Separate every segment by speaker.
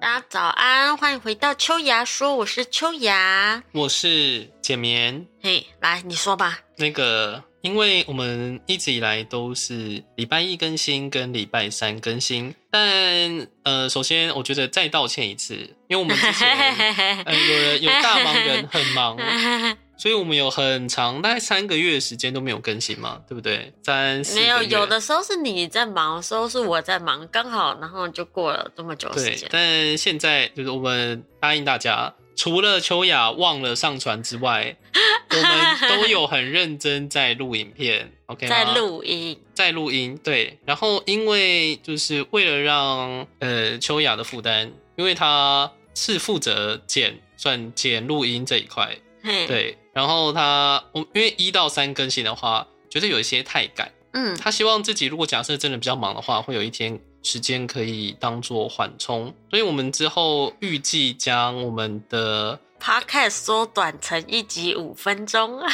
Speaker 1: 大家早安，欢迎回到秋芽说，我是秋芽。
Speaker 2: 我是简眠。
Speaker 1: 嘿，来你说吧。
Speaker 2: 那个，因为我们一直以来都是礼拜一更新跟礼拜三更新，但呃，首先我觉得再道歉一次，因为我们之前 呃有人有大忙人很忙，所以我们有很长大概三个月的时间都没有更新嘛，对不对？三四个
Speaker 1: 没有，
Speaker 2: 月
Speaker 1: 有的时候是你在忙，有时候是我在忙，刚好然后就过了这么久的时
Speaker 2: 对，
Speaker 1: 间。
Speaker 2: 但现在就是我们答应大家，除了秋雅忘了上传之外，我们都有很认真在录影片，OK 吗
Speaker 1: 在录音，
Speaker 2: 在录音，对。然后因为就是为了让呃秋雅的负担，因为她是负责剪算剪录音这一块，
Speaker 1: 嘿，，
Speaker 2: 对。然后她我因为一到三更新的话，觉得有一些太赶，
Speaker 1: 嗯，
Speaker 2: 她希望自己如果假设真的比较忙的话，会有一天时间可以当做缓冲。所以我们之后预计将我们的
Speaker 1: Podcast 缩短成一集五分钟，
Speaker 2: 啊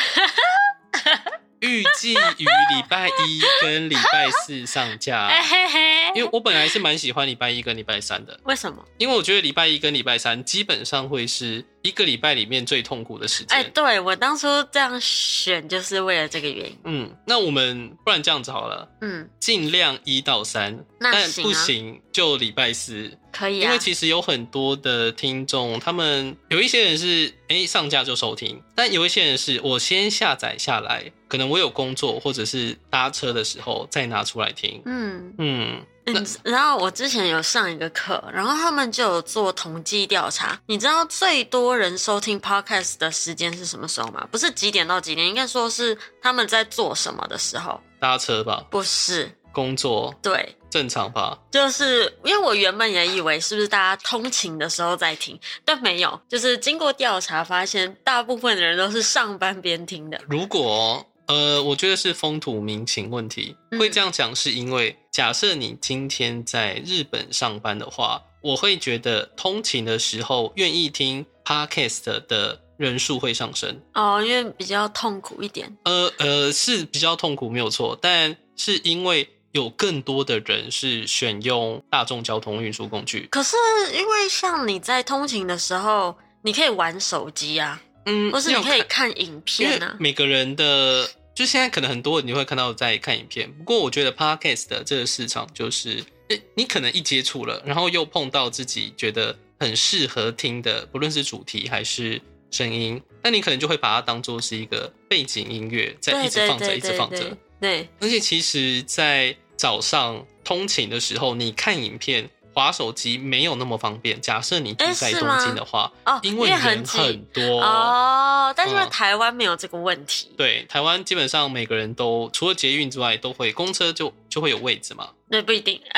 Speaker 2: 预计于礼拜一跟礼拜四上
Speaker 1: 嘿
Speaker 2: 架。
Speaker 1: 嘿嘿。
Speaker 2: 因为我本来是蛮喜欢礼拜一跟礼拜三的，
Speaker 1: 为什么？
Speaker 2: 因为我觉得礼拜一跟礼拜三基本上会是一个礼拜里面最痛苦的时间。
Speaker 1: 哎、对我当初这样选就是为了这个原因。
Speaker 2: 嗯，那我们不然这样子好了，
Speaker 1: 嗯，
Speaker 2: 尽量一到三，
Speaker 1: 那
Speaker 2: 但
Speaker 1: 行啊
Speaker 2: 不行就礼拜四，
Speaker 1: 可以
Speaker 2: 因
Speaker 1: 啊
Speaker 2: 为。其实有很多的听众，他们有一些人是哎、诶上架就收听，但有一些人是我先下载下来，可能我有工作或者是搭车的时候再拿出来听。
Speaker 1: 嗯，
Speaker 2: 嗯，那
Speaker 1: 嗯，然后我之前有上一个课，然后他们就有做统计调查，你知道最多人收听 podcast 的时间是什么时候吗？不是几点到几点，应该说是他们在做什么的时候，
Speaker 2: 搭车吧，
Speaker 1: 不是？
Speaker 2: 工作
Speaker 1: 对，
Speaker 2: 正常吧，
Speaker 1: 就是因为我原本也以为是不是大家通勤的时候在听，但没有，就是经过调查发现，大部分的人都是上班边听的。
Speaker 2: 如果呃，我觉得是风土民情问题。
Speaker 1: 嗯
Speaker 2: 会这样讲，是因为假设你今天在日本上班的话，我会觉得通勤的时候愿意听 podcast 的人数会上升。
Speaker 1: 哦，因为比较痛苦一点。
Speaker 2: 呃呃，是比较痛苦没有错，但是因为有更多的人是选用大众交通运输工具。
Speaker 1: 可是因为像你在通勤的时候，你可以玩手机啊，
Speaker 2: 嗯
Speaker 1: 或是
Speaker 2: 要
Speaker 1: 你可以
Speaker 2: 看
Speaker 1: 看影
Speaker 2: 因为
Speaker 1: 片啊。
Speaker 2: 每个人的，就现在可能很多你会看到在看影片，不过我觉得 podcast 的这个市场就是，诶你可能一接触了，然后又碰到自己觉得很适合听的，不论是主题还是声音，那你可能就会把它当做是一个背景音乐，在
Speaker 1: 对
Speaker 2: 一直
Speaker 1: 对
Speaker 2: 放着，
Speaker 1: 对
Speaker 2: 一直
Speaker 1: 对
Speaker 2: 放
Speaker 1: 对
Speaker 2: 着。
Speaker 1: 对，
Speaker 2: 而且其实，在早上通勤的时候，你看影片。滑手机没有那么方便。假设你住
Speaker 1: 诶
Speaker 2: 在
Speaker 1: 是
Speaker 2: 东
Speaker 1: 吗
Speaker 2: 京的话，
Speaker 1: 哦，
Speaker 2: 因为
Speaker 1: 因为
Speaker 2: 人
Speaker 1: 很挤
Speaker 2: 很多
Speaker 1: 哦，但是因为
Speaker 2: 嗯
Speaker 1: 台湾没有这个问题，
Speaker 2: 对，台湾基本上每个人都除了捷运之外，都会公车就就会有位置嘛。
Speaker 1: 对，不一定，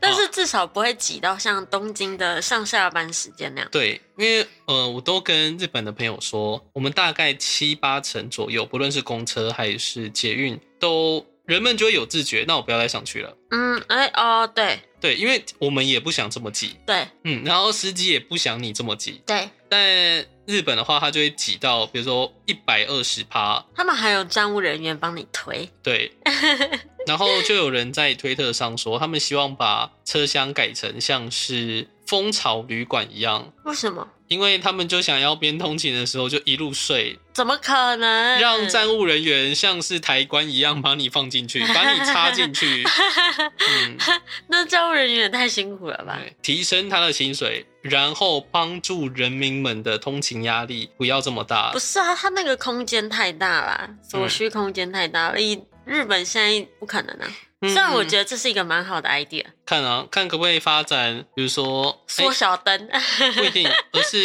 Speaker 1: 但
Speaker 2: 嗯
Speaker 1: 是至少不会挤到像东京的上下班时间那样。
Speaker 2: 对，因为呃，我都跟日本的朋友说，我们大概七八成左右，不论是公车还是捷运，都人们就会有自觉，那我不要再上去了。
Speaker 1: 嗯，哎、哦，对
Speaker 2: 对，因为我们也不想这么挤，
Speaker 1: 对
Speaker 2: 嗯，然后司机也不想你这么挤，
Speaker 1: 对，
Speaker 2: 但日本的话，他就会挤到，比如说一百二十趴，
Speaker 1: 他们还有站务人员帮你推。
Speaker 2: 对，然后就有人在推特上说，他们希望把车厢改成像是蜂巢旅馆一样，
Speaker 1: 为什么？
Speaker 2: 因为他们就想要边通勤的时候就一路睡，
Speaker 1: 怎么可能？
Speaker 2: 让站务人员像是抬棺一样把你放 进去，把你插进去，嗯，
Speaker 1: 那站务人员也太辛苦了吧？
Speaker 2: 对提升他的薪水，然后帮助人民们的通勤压力不要这么大
Speaker 1: 不。是啊，他那个空间太大啦，所
Speaker 2: 嗯
Speaker 1: 需空间太大了，以日本现在不可能啊。
Speaker 2: 嗯
Speaker 1: 虽然我觉
Speaker 2: 得
Speaker 1: 得这是一个蛮好的 idea，
Speaker 2: 看啊，看可不可以发展，比如说哎
Speaker 1: 缩小灯，
Speaker 2: 不一定，而是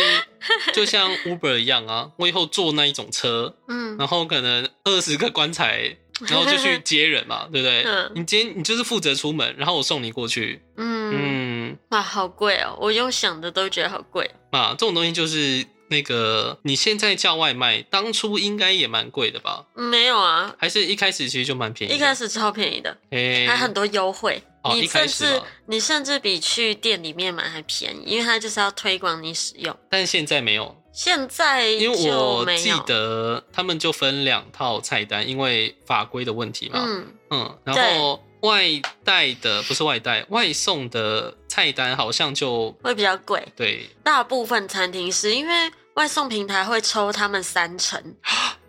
Speaker 2: 就像 Uber 一样啊，我以后坐那一种车，
Speaker 1: 嗯，
Speaker 2: 然后可能二十个棺材，然后就 去接人嘛，对不对？
Speaker 1: 嗯
Speaker 2: 你今天你就是负责出门，然后我送你过去。
Speaker 1: 嗯，
Speaker 2: 嗯，
Speaker 1: 哇，好贵哦！我用想的都觉得好贵。
Speaker 2: 嘛，这种东西就是那个你现在叫外卖，当初应该也蛮贵的吧？
Speaker 1: 没有啊，
Speaker 2: 还是一开始其实就蛮便宜的，
Speaker 1: 一开始超便宜的，
Speaker 2: 哎
Speaker 1: 还很多优惠。
Speaker 2: 哦
Speaker 1: 你
Speaker 2: 一
Speaker 1: 甚
Speaker 2: 开始
Speaker 1: 至
Speaker 2: 嘛
Speaker 1: 你甚至比去店里面买还便宜，因为它就是要推广你使用。
Speaker 2: 但现在没有，
Speaker 1: 现在
Speaker 2: 因为
Speaker 1: 就
Speaker 2: 我
Speaker 1: 没
Speaker 2: 记
Speaker 1: 有，
Speaker 2: 得他们就分两套菜单，因为法规的问题嘛。
Speaker 1: 嗯，
Speaker 2: 嗯，然后外带的不是外带，外送的菜单好像就
Speaker 1: 会比较贵。
Speaker 2: 对，
Speaker 1: 大部分餐厅是因为外送平台会抽他们三成，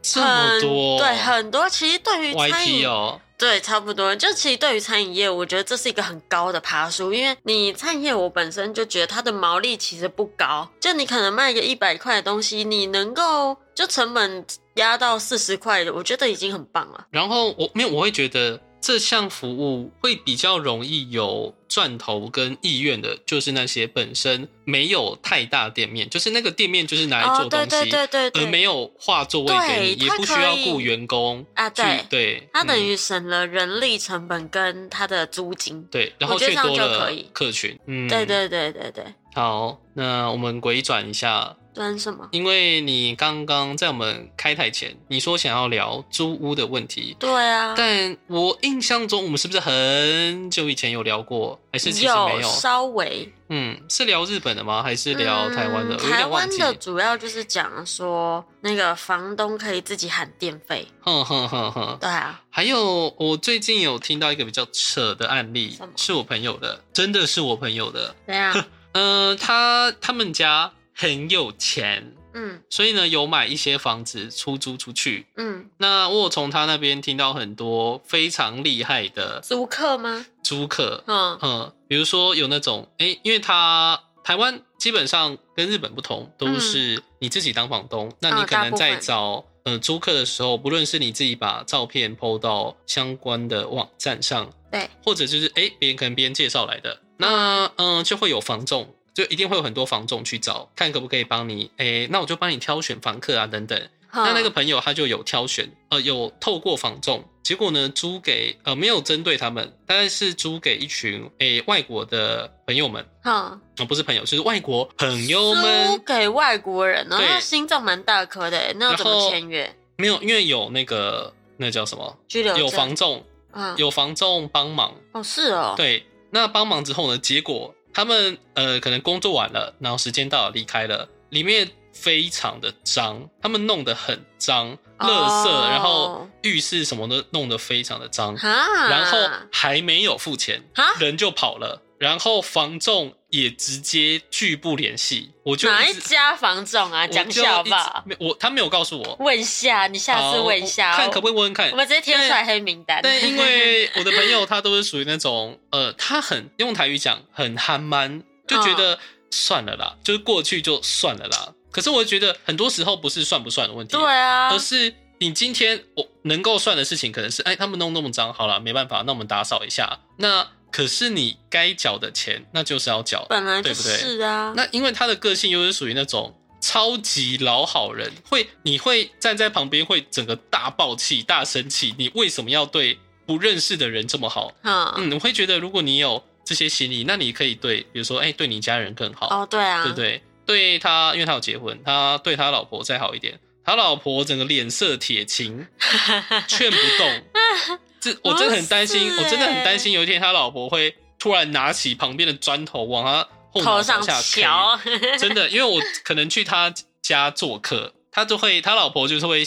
Speaker 2: 这么多，
Speaker 1: 很对很多。其实对于餐
Speaker 2: YT
Speaker 1: 饮，
Speaker 2: 哦，
Speaker 1: 对差不多。就其实对于餐饮业，我觉得这是一个很高的爬树，因为你餐饮业，我本身就觉得它的毛利其实不高，就你可能卖个一百块的东西，你能够就成本压到四十块，我觉得已经很棒了。
Speaker 2: 然后我没有，我会觉得这项服务会比较容易有赚头跟意愿的，就是那些本身没有太大店面，就是那个店面就是拿来
Speaker 1: 哦
Speaker 2: 做，东
Speaker 1: 对
Speaker 2: 西，
Speaker 1: 对对对对，
Speaker 2: 而没有划座位给你，
Speaker 1: 对
Speaker 2: 也
Speaker 1: 它
Speaker 2: 不需要
Speaker 1: 可以
Speaker 2: 雇员工
Speaker 1: 啊
Speaker 2: 去
Speaker 1: 对
Speaker 2: 对，
Speaker 1: 它等
Speaker 2: 嗯
Speaker 1: 于省了人力成本跟它的租金。
Speaker 2: 对，然后
Speaker 1: 我觉得
Speaker 2: 却
Speaker 1: 这样
Speaker 2: 多
Speaker 1: 就
Speaker 2: 了
Speaker 1: 可以
Speaker 2: 客群，嗯，
Speaker 1: 对。对对对对，
Speaker 2: 好，那我们鬼转一下，
Speaker 1: 端什么？
Speaker 2: 因为你刚刚在我们开台前，你说想要聊租屋的问题，
Speaker 1: 对啊，
Speaker 2: 但我印象中我们是不是很久以前有聊过？还是其实没有？
Speaker 1: 稍微
Speaker 2: 嗯，是聊日本的吗？还是聊台湾的？
Speaker 1: 嗯
Speaker 2: 我有
Speaker 1: 台
Speaker 2: 点忘
Speaker 1: 湾
Speaker 2: 记。
Speaker 1: 的主要就是讲说那个房东可以自己喊电费。
Speaker 2: 哼哼哼哼。
Speaker 1: 对啊，
Speaker 2: 还有，我最近有听到一个比较扯的案例
Speaker 1: 什么，
Speaker 2: 是我朋友的，真的是我朋友的。
Speaker 1: 对啊，
Speaker 2: 嗯、他他们家很有钱，
Speaker 1: 嗯
Speaker 2: 所以呢有买一些房子出租出去。
Speaker 1: 嗯，
Speaker 2: 那我有从他那边听到很多非常厉害的
Speaker 1: 租客吗？
Speaker 2: 租客，
Speaker 1: 嗯
Speaker 2: 嗯，比如说有那种，哎、因为他台湾基本上跟日本不同，都是你自己当房东，那你可能在找呃租客的时候，不论是你自己把照片 PO 到相关的网站上，
Speaker 1: 对，
Speaker 2: 或者就是哎别、人可能别人介绍来的，那嗯、呃就会有房仲。就一定会有很多房仲去找，看可不可以帮你，哎、那我就帮你挑选房客啊，等等。那那个
Speaker 1: 哼
Speaker 2: 朋友他就有挑选，呃，有透过房仲，结果呢租给呃没有针对他们，但是租给一群诶、外国的朋友们
Speaker 1: 哼，
Speaker 2: 啊、不是朋友，就是外国朋友
Speaker 1: 租
Speaker 2: 们。
Speaker 1: 给外国人，然后
Speaker 2: 对
Speaker 1: 他心脏蛮大颗的，欸那要怎
Speaker 2: 然后
Speaker 1: 么签约？
Speaker 2: 没有，因为有那个那叫什么，
Speaker 1: 拘留
Speaker 2: 有
Speaker 1: 证
Speaker 2: 房仲，
Speaker 1: 啊？
Speaker 2: 有房仲帮忙。
Speaker 1: 哦，是哦，
Speaker 2: 对，那帮忙之后呢，结果他们呃可能工作完了，然后时间到了离开了，里面非常的脏，他们弄得很脏，垃圾，
Speaker 1: 哦
Speaker 2: 然后浴室什么的弄得非常的脏。
Speaker 1: 哈，
Speaker 2: 然后还没有付钱
Speaker 1: 啊，
Speaker 2: 人就跑了，然后房仲也直接拒不联系，我就
Speaker 1: 哪
Speaker 2: 一
Speaker 1: 一
Speaker 2: 直
Speaker 1: 家房仲啊？
Speaker 2: 我
Speaker 1: 讲一
Speaker 2: 就
Speaker 1: 下好
Speaker 2: 一
Speaker 1: 不好
Speaker 2: 直？没我他没有告诉我，
Speaker 1: 问一下，你下次
Speaker 2: 好
Speaker 1: 问一下
Speaker 2: 我
Speaker 1: 哦，
Speaker 2: 看可不可以问问看
Speaker 1: 我。们直接贴出来黑名单。
Speaker 2: 但因为我的朋友他都是属于那种， 呃，他很用台语讲很憨蛮，就觉
Speaker 1: 嗯
Speaker 2: 得算了啦，就是过去就算了啦。可是我觉得很多时候不是算不算的问题，
Speaker 1: 对啊
Speaker 2: 而，是你今天我能够算的事情，可能是哎，他们弄那么脏，好了，没办法，那我们打扫一下。那可是你该缴的钱，那就是要缴。
Speaker 1: 本来就
Speaker 2: 对不对
Speaker 1: 是啊，
Speaker 2: 那因为他的个性又是属于那种超级老好人，会你会站在旁边会整个大爆气、大生气，你为什么要对不认识的人这么好？
Speaker 1: 嗯，
Speaker 2: 嗯，我会觉得如果你有这些心理，那你可以对，比如说哎，对你家人更好，
Speaker 1: 哦，对啊，
Speaker 2: 对不对？对他，因为他有结婚，他对他老婆再好一点，他老婆整个脸色铁青，劝不动。这我真的很担心，
Speaker 1: 不是
Speaker 2: 我真的很担心，有一天他老婆会突然拿起旁边的砖头往他后
Speaker 1: 头
Speaker 2: 脑勺
Speaker 1: 上哦
Speaker 2: 下
Speaker 1: 瞧，
Speaker 2: 敲。真的，因为我可能去他家做客，他就会他老婆就是会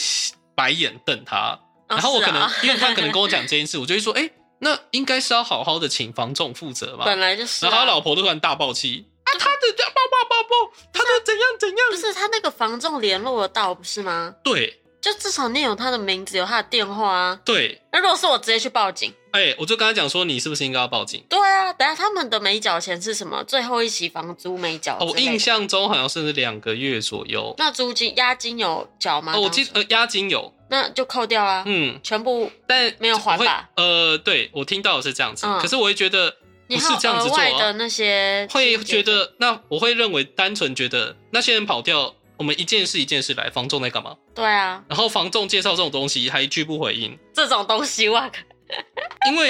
Speaker 2: 白眼瞪他，然后我可能、
Speaker 1: 哦是啊
Speaker 2: 因为他 可能跟我讲这件事，我就会说，哎、那应该是要好好的请房仲负责 嘛。
Speaker 1: 本来就是啊，
Speaker 2: 然后他老婆突然大爆气，啊，他的这样爆爆爆爆，他
Speaker 1: 啊
Speaker 2: 的怎样怎
Speaker 1: 不
Speaker 2: 样，
Speaker 1: 是他那个房仲联络得到不是吗？
Speaker 2: 对
Speaker 1: 就至少你有他的名字，有他的电话啊。
Speaker 2: 对，
Speaker 1: 那如果是我直接去报警，
Speaker 2: 哎、我就跟他讲说，你是不是应该要报警？
Speaker 1: 对啊，等下他们的没缴钱是什么？最后一期房租没缴之
Speaker 2: 哦，
Speaker 1: 类
Speaker 2: 我
Speaker 1: 的，
Speaker 2: 印象中好像是两个月左右，
Speaker 1: 那租金押金有缴吗？
Speaker 2: 哦，我记得呃押金有，
Speaker 1: 那就扣掉啊，
Speaker 2: 嗯，
Speaker 1: 全部
Speaker 2: 但
Speaker 1: 没有还吧
Speaker 2: 我会呃，对我听到的是这样子，
Speaker 1: 嗯
Speaker 2: 可是我会觉得
Speaker 1: 你
Speaker 2: 不
Speaker 1: 还
Speaker 2: 是
Speaker 1: 有
Speaker 2: 这样子
Speaker 1: 额
Speaker 2: 做
Speaker 1: 外
Speaker 2: 啊
Speaker 1: 的，那些
Speaker 2: 会
Speaker 1: 清洁
Speaker 2: 觉得那我会认为单纯觉得那些人跑掉，我们一件事一件事来，房仲在干嘛？
Speaker 1: 对啊，
Speaker 2: 然后房仲介绍这种东西还拒不回应，
Speaker 1: 这种东西哇，
Speaker 2: 因为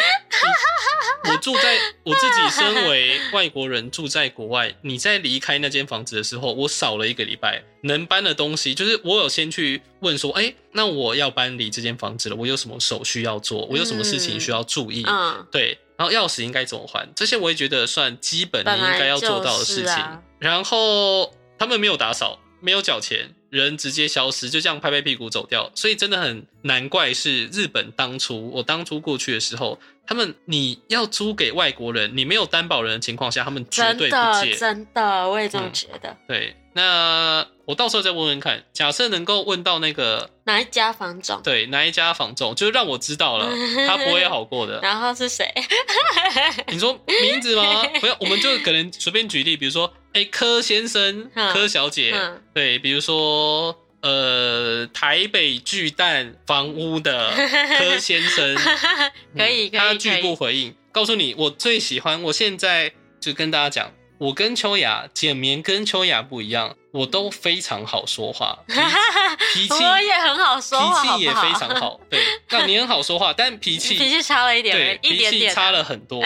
Speaker 2: 我我住在我自己身为外国人住在国外，你在离开那间房子的时候，我少了一个礼拜能搬的东西，就是我有先去问说，哎、那我要搬离这间房子了，我有什么手续要做，我有什么事情需要注意？
Speaker 1: 嗯，
Speaker 2: 对，然后钥匙应该怎么还，这些我也觉得算基本你
Speaker 1: 本来
Speaker 2: 应该要做到的事
Speaker 1: 就是
Speaker 2: 情。
Speaker 1: 啊
Speaker 2: 然后他们没有打扫，没有缴钱，人直接消失，就这样拍拍屁股走掉。所以真的很难怪是日本当初我当初过去的时候，他们你要租给外国人，你没有担保人的情况下，他们绝
Speaker 1: 真
Speaker 2: 对
Speaker 1: 的
Speaker 2: 不借。嗯
Speaker 1: 真的，我也这么觉得。
Speaker 2: 对，那我到时候再问问看，假设能够问到那个
Speaker 1: 哪一家房总？
Speaker 2: 对哪一家房仲，就让我知道了，他不会好过的。
Speaker 1: 然后是谁？
Speaker 2: 你说名字吗？不要，我们就可能随便举例，比如说，哎、柯先 生、
Speaker 1: 嗯
Speaker 2: 柯小姐，
Speaker 1: 嗯
Speaker 2: 对，比如说，呃，台北巨蛋房屋的柯先 生，
Speaker 1: 可以，
Speaker 2: 嗯他
Speaker 1: 可以，可
Speaker 2: 拒不
Speaker 1: 以。
Speaker 2: 回应。告诉你，我最喜欢，我现在就跟大家讲，我跟秋雅简棉跟秋雅不一样，我都非常好 说话，脾气
Speaker 1: 我也很好说话，
Speaker 2: 脾
Speaker 1: 好
Speaker 2: 气
Speaker 1: 不
Speaker 2: 也
Speaker 1: 好？
Speaker 2: 非常好， 对，那你很好说话，但脾气
Speaker 1: 脾气差了一点而
Speaker 2: 对，
Speaker 1: 已，一
Speaker 2: 脾
Speaker 1: 点
Speaker 2: 气
Speaker 1: 点啊
Speaker 2: 差了很 多。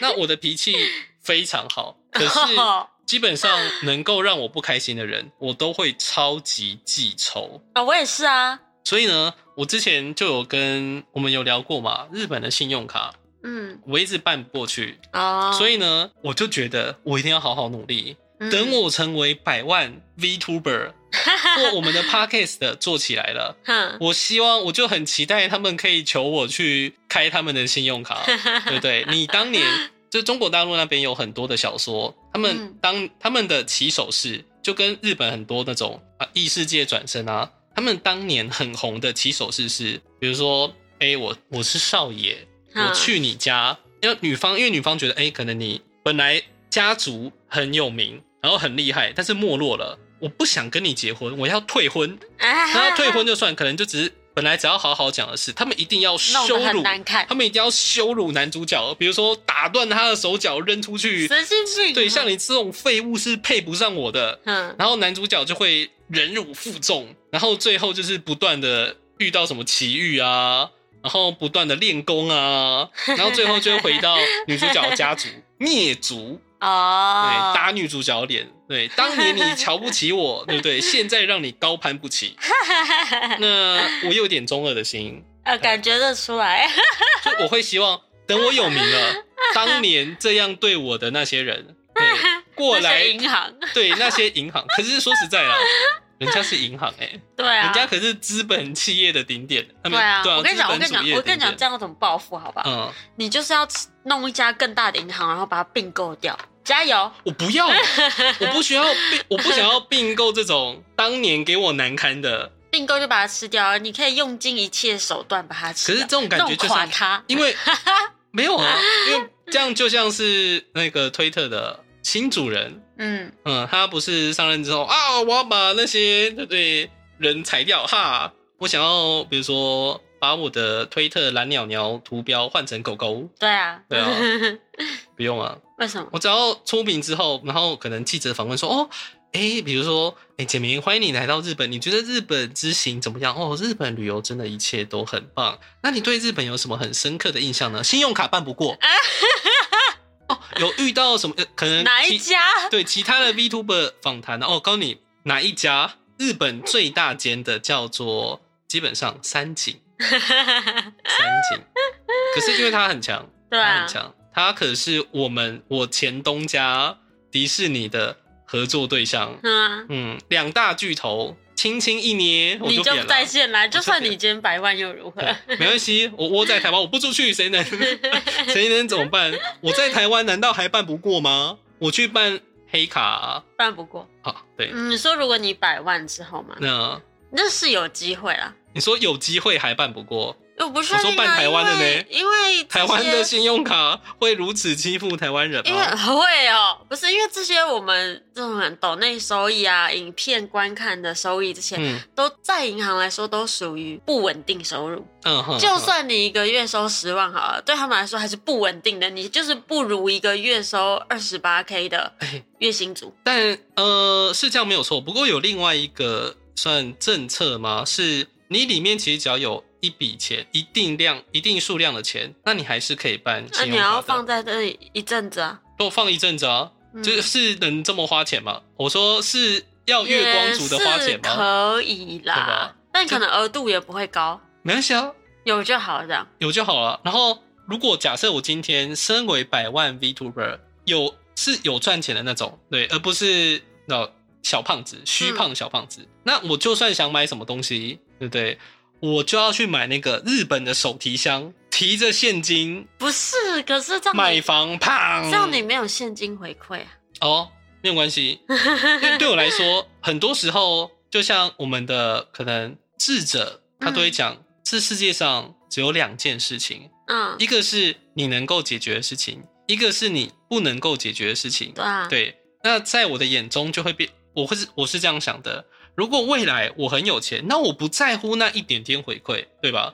Speaker 2: 那我的脾气非常好，可是
Speaker 1: 哦
Speaker 2: 基本上能够让我不开心的人， 我都会超级记仇。
Speaker 1: 啊！我也是啊，
Speaker 2: 所以呢，我之前就有跟我们有聊过嘛，日本的信用卡
Speaker 1: 嗯
Speaker 2: 我一直办不过去，
Speaker 1: 哦，嗯
Speaker 2: 所
Speaker 1: 以
Speaker 2: 以呢，我就觉得我一定要好好努力，等我成为百万 VTuber 或我们的 Podcast 做起来了。
Speaker 1: 哼，
Speaker 2: 我希望，我就很期待他们可以求我去开他们的信用 卡，对不对？你当年就中国大陆那边有很多的小说，他们
Speaker 1: 嗯
Speaker 2: 当他们的起手式就跟日本很多那种啊异世界转身啊，他们当年很红的起手式是，比如说，哎，我我是少爷，我
Speaker 1: 嗯
Speaker 2: 去你家，因为女方因为女方觉得，哎，可能你本来家族很有名，然后很厉害，但是没落了。我不想跟你结婚，我要退婚。
Speaker 1: 然
Speaker 2: 那他退婚就算，可能就只是本来只要好好讲的事，他们一定要
Speaker 1: 弄
Speaker 2: 羞
Speaker 1: 得很
Speaker 2: 辱，
Speaker 1: 难看，
Speaker 2: 他们一定要羞辱男主角，比如说打断他的手脚扔出去，
Speaker 1: 神经病。
Speaker 2: 对，像你这种废物是配不上我的。
Speaker 1: 嗯，
Speaker 2: 然后男主角就会忍辱负重，然后最后就是不断的遇到什么奇遇啊，然后不断的练功啊，然后最后就会回到女主角的家 族灭族，
Speaker 1: 哦
Speaker 2: 对，，打女主角的脸，对，当年你瞧不 起我，对不对？现在让你高攀不起，那我有点中二的心，
Speaker 1: 呃，感觉得出来，
Speaker 2: 就我会希望等我有 名了，当年这样对我的那些人，对，过
Speaker 1: 那
Speaker 2: 来
Speaker 1: 些银 行，
Speaker 2: 对那些银行。可是说 实在啦，人家是银行哎、
Speaker 1: 对啊，
Speaker 2: 人家可是资本企业的顶点，他
Speaker 1: 对
Speaker 2: 们
Speaker 1: 啊，
Speaker 2: 对啊，
Speaker 1: 我跟你讲，
Speaker 2: 资
Speaker 1: 我跟
Speaker 2: 本
Speaker 1: 你
Speaker 2: 主
Speaker 1: 讲，
Speaker 2: 义的
Speaker 1: 我跟你讲，这
Speaker 2: 顶点，
Speaker 1: 样怎么报复，好不好？
Speaker 2: 嗯，
Speaker 1: 你就是要弄一家更大的银行，然后把它并购掉，加油！
Speaker 2: 我不 要，我不需要并，我不想要并购这种当年给我难堪的，
Speaker 1: 并购就把它吃掉，你可以用尽一切手段把它吃
Speaker 2: 可是
Speaker 1: 掉，
Speaker 2: 这种感觉
Speaker 1: 弄
Speaker 2: 就
Speaker 1: 垮
Speaker 2: 像
Speaker 1: 它。
Speaker 2: 因为没有啊，因为这样就像是那个推特的新主人，
Speaker 1: 嗯，
Speaker 2: 嗯，他不是上任之后啊，我要把那些对不对人裁掉哈，我想要比如说把我的推特蓝鸟鸟图标换成狗狗，
Speaker 1: 对啊，
Speaker 2: 对啊不用啊，
Speaker 1: 为什么？
Speaker 2: 我只要出名之后，然后可能记者访问说，哦，哎，比如说，哎，简明，欢迎你来到日本，你觉得日本之行怎么样？哦，日本旅游真的一切都很棒。那你对日本有什么很深刻的印象呢？信用卡办不过，哦，有遇到什么？呃可能
Speaker 1: 哪
Speaker 2: 其
Speaker 1: 一家？
Speaker 2: 对其他的 VTuber 访谈呢？哦，告诉你哪一家日本最大间的叫做基本上三井，三井。可是因为他很强，
Speaker 1: 对
Speaker 2: 他
Speaker 1: 啊
Speaker 2: 很，强，他可是我们我前东家迪士尼的合作对象。
Speaker 1: 嗯啊，
Speaker 2: 嗯，两大巨头轻轻一捏我
Speaker 1: 你
Speaker 2: 就扁
Speaker 1: 就
Speaker 2: 了
Speaker 1: 再。见啦！就算
Speaker 2: 扁
Speaker 1: 你今天百万又如何？
Speaker 2: 对没关系，我窝在台湾，我不出去，谁 能谁能怎么办？我在台湾难道还办不过吗？我去办黑卡啊，
Speaker 1: 办不过。
Speaker 2: 啊对，
Speaker 1: 嗯，你说如果你百万之后嘛，
Speaker 2: 那
Speaker 1: 那是有机会啦。
Speaker 2: 你说有机会还办不过？
Speaker 1: 我不确定啊，
Speaker 2: 我说办台湾的呢
Speaker 1: 因为因为这些
Speaker 2: 台湾的信用卡会如此欺负台湾人
Speaker 1: 因为
Speaker 2: 吗？嗯
Speaker 1: 会哦，不是因为这些我们这种抖内收益啊、影片观看的收益这些，
Speaker 2: 嗯
Speaker 1: 都在银行来说都属于不稳定收入。
Speaker 2: 嗯哼，
Speaker 1: 就算你一个月收十万好了，对他们来说还是不稳定的，你就是不如一个月收二十八 K 的
Speaker 2: 哎
Speaker 1: 月薪族。
Speaker 2: 但呃是这样没有错，不过有另外一个算政策吗？是你里面其实只要有一笔钱，一定量、一定数量的钱，那你还是可以办
Speaker 1: 那、
Speaker 2: 信
Speaker 1: 你
Speaker 2: 用
Speaker 1: 要
Speaker 2: 卡
Speaker 1: 放
Speaker 2: 的。
Speaker 1: 在这里一阵子啊，
Speaker 2: 都放一阵子啊，
Speaker 1: 嗯
Speaker 2: 就是能这么花钱吗？我说是要月光族的花
Speaker 1: 也是
Speaker 2: 钱吗？
Speaker 1: 可以
Speaker 2: 对
Speaker 1: 啦
Speaker 2: 吧，
Speaker 1: 但可能额度也不会高，
Speaker 2: 没关系啊，
Speaker 1: 有就好这样。
Speaker 2: 有就好了。然后，如果假设我今天身为百万 VTuber，有是有赚钱的那种，对，而不是那呃小胖子，虚胖小胖子。那我就算想买什么东西，对不对？我就要去买那个日本的手提箱，提着现金
Speaker 1: 不是，可是这样
Speaker 2: 买
Speaker 1: 你
Speaker 2: 房，胖。
Speaker 1: 这样你没有现金回馈啊。
Speaker 2: 哦，没有关系，因为对我来说，很多时候就像我们的可能智者，他都会讲，这世界上只有两件事情，
Speaker 1: 嗯，
Speaker 2: 一个是你能够解决的事情，一个是你不能够解决的事情。
Speaker 1: 对啊，
Speaker 2: 对，那在我的眼中就会变，我会是我是这样想的。如果未来我很有钱，那我不在乎那一点点回馈，对吧？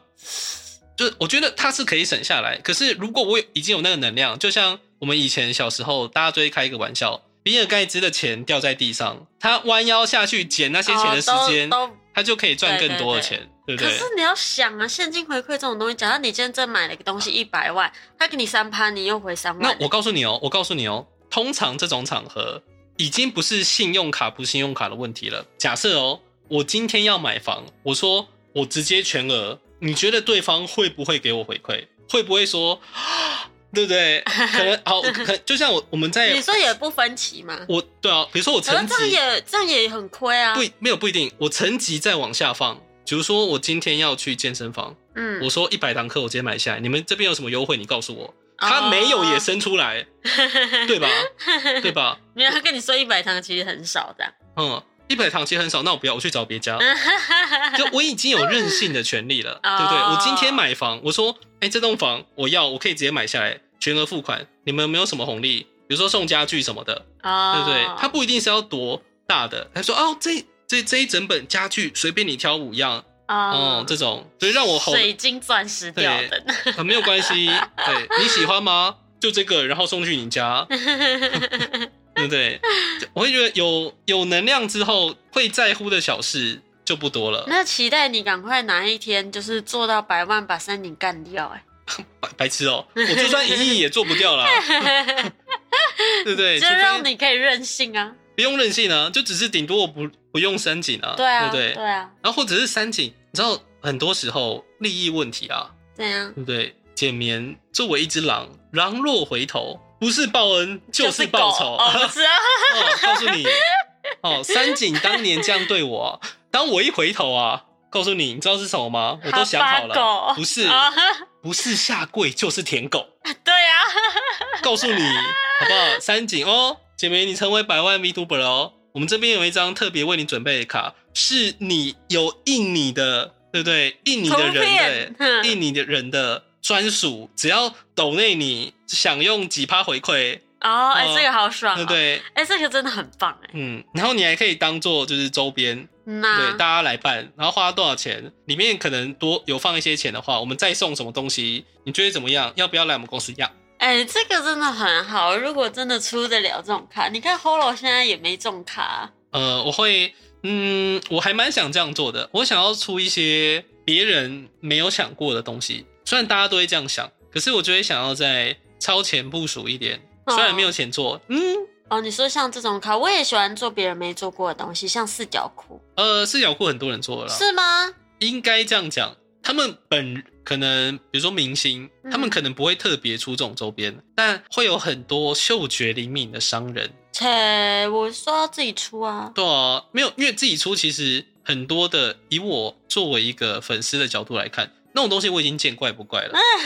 Speaker 2: 就是我觉得它是可以省下来。可是如果我已经有那个能量，就像我们以前小时候，大家都会开一个玩笑，比尔盖茨的钱掉在地上，他弯腰下去捡那些钱的时
Speaker 1: 哦
Speaker 2: 间，
Speaker 1: 都都
Speaker 2: 他就可以赚
Speaker 1: 对
Speaker 2: 更多的
Speaker 1: 对对
Speaker 2: 钱，对
Speaker 1: 可
Speaker 2: 不对？
Speaker 1: 是你要想啊，现金回馈这种东西，假如你今天真买了一个东西一百万，他给你三趴，你又回三
Speaker 2: 那
Speaker 1: 万。
Speaker 2: 我告诉你哦，我告诉你哦，通常这种场合已经不是信用卡不信用卡的问题了。假设哦，我今天要买房，我说我直接全额，你觉得对方会不会给我回馈？会不会说，啊对不对？可能好，可就像我我们在
Speaker 1: 你说也不分期嘛？
Speaker 2: 我对啊，比如说我
Speaker 1: 可是
Speaker 2: 成绩
Speaker 1: 这样也这样也很亏啊。
Speaker 2: 不没有不一定，我成绩再往下放。比如说我今天要去健身房，
Speaker 1: 嗯
Speaker 2: 我说一百堂课我直接买下来，你们这边有什么优惠？你告诉我。他没有也
Speaker 1: 是，
Speaker 2: 生出来，
Speaker 1: 哦
Speaker 2: 对吧？对吧？
Speaker 1: 没有他跟你说一百堂其实很少的。
Speaker 2: 嗯，一百堂其实很少，那我不要，我去找 别家。就我已经有任性的权利了，对不对？
Speaker 1: 哦
Speaker 2: 我今天买房，我说，哎、这栋房我要，我可以直接买下来，全额付款。你们有没有什么红利？比如说送家具什么的，
Speaker 1: 哦，
Speaker 2: 对不对？它不一定是要多大的。他说，哦，这这这一整本家具随便你挑五样，哦、
Speaker 1: 哦
Speaker 2: 这种，所以让我红
Speaker 1: 水晶钻石掉的，
Speaker 2: 啊，没有关系，对你喜欢吗？就这个，然后送去你家，对不对？就我会觉得有有能量之后，会在乎的小事就不多了。
Speaker 1: 那期待你赶快哪一天就是做到百万，把山顶干掉、哎，
Speaker 2: 白白痴哦、我就算一亿也做不 掉啦，对不对？
Speaker 1: 就
Speaker 2: 除非
Speaker 1: 让你可以任性啊！
Speaker 2: 不用任性啊，就只是顶多我不不用三井啊，
Speaker 1: 对啊，
Speaker 2: 不对？
Speaker 1: 对啊，
Speaker 2: 然后或者是三井，你知道很多时候利益问题啊，
Speaker 1: 怎样？
Speaker 2: 对不对？简眠作为一只狼，狼若回头，不是报恩就是
Speaker 1: 是
Speaker 2: 报
Speaker 1: 狗
Speaker 2: 仇。
Speaker 1: 哦，不是啊，
Speaker 2: 哦，告诉你，哦，三井当年这样对我啊、当我一回头啊，告诉你，你知道是什么吗？ 我都想好
Speaker 1: 哈巴
Speaker 2: 了，
Speaker 1: 狗
Speaker 2: 不是，
Speaker 1: 啊
Speaker 2: 不是下跪就是舔狗，
Speaker 1: 对啊，
Speaker 2: 告诉你，好不好？三井哦，姐妹，你成为百万 Vtuber 哦，我们这边有一张特别为你准备的卡，是你有印你的，对不对？印你的人
Speaker 1: 图片嗯
Speaker 2: 的、
Speaker 1: 哼
Speaker 2: 印你的人的专属，只要抖内你享用几趴回馈，
Speaker 1: 哦，哎、
Speaker 2: 哦
Speaker 1: 这个好爽、
Speaker 2: 对不？对？
Speaker 1: 哎、这个真的很棒、哎，
Speaker 2: 嗯，然后你还可以当做就是周边，
Speaker 1: 嗯
Speaker 2: 对，
Speaker 1: 呐、
Speaker 2: 大家来办，然后花多少钱，里面可能多有放一些钱的话，我们再送什么东西，你觉得怎么样？要不要来我们公司要？
Speaker 1: 哎、这个真的很好。如果真的出得了这种卡，你看 Holo 现在也没中卡啊、
Speaker 2: 呃，我会，嗯，我还蛮想这样做的，我想要出一些别人没有想过的东西。虽然大家都会这样想，可是我就会想要再超前部署一点，虽然没有钱做，嗯，
Speaker 1: 哦，你说像这种卡，我也喜欢做别人没做过的东西，像四角裤，
Speaker 2: 呃，四角裤很多人做了啦，
Speaker 1: 是吗？
Speaker 2: 应该这样讲，他们本可能比如说明星，
Speaker 1: 嗯
Speaker 2: 他们可能不会特别出这种周边，但会有很多嗅觉灵敏的商人，
Speaker 1: 切，我说要自己出啊。
Speaker 2: 对啊，没有，因为自己出其实很多的，以我作为一个粉丝的角度来看，那种东西我已经见怪不怪了。
Speaker 1: 嗯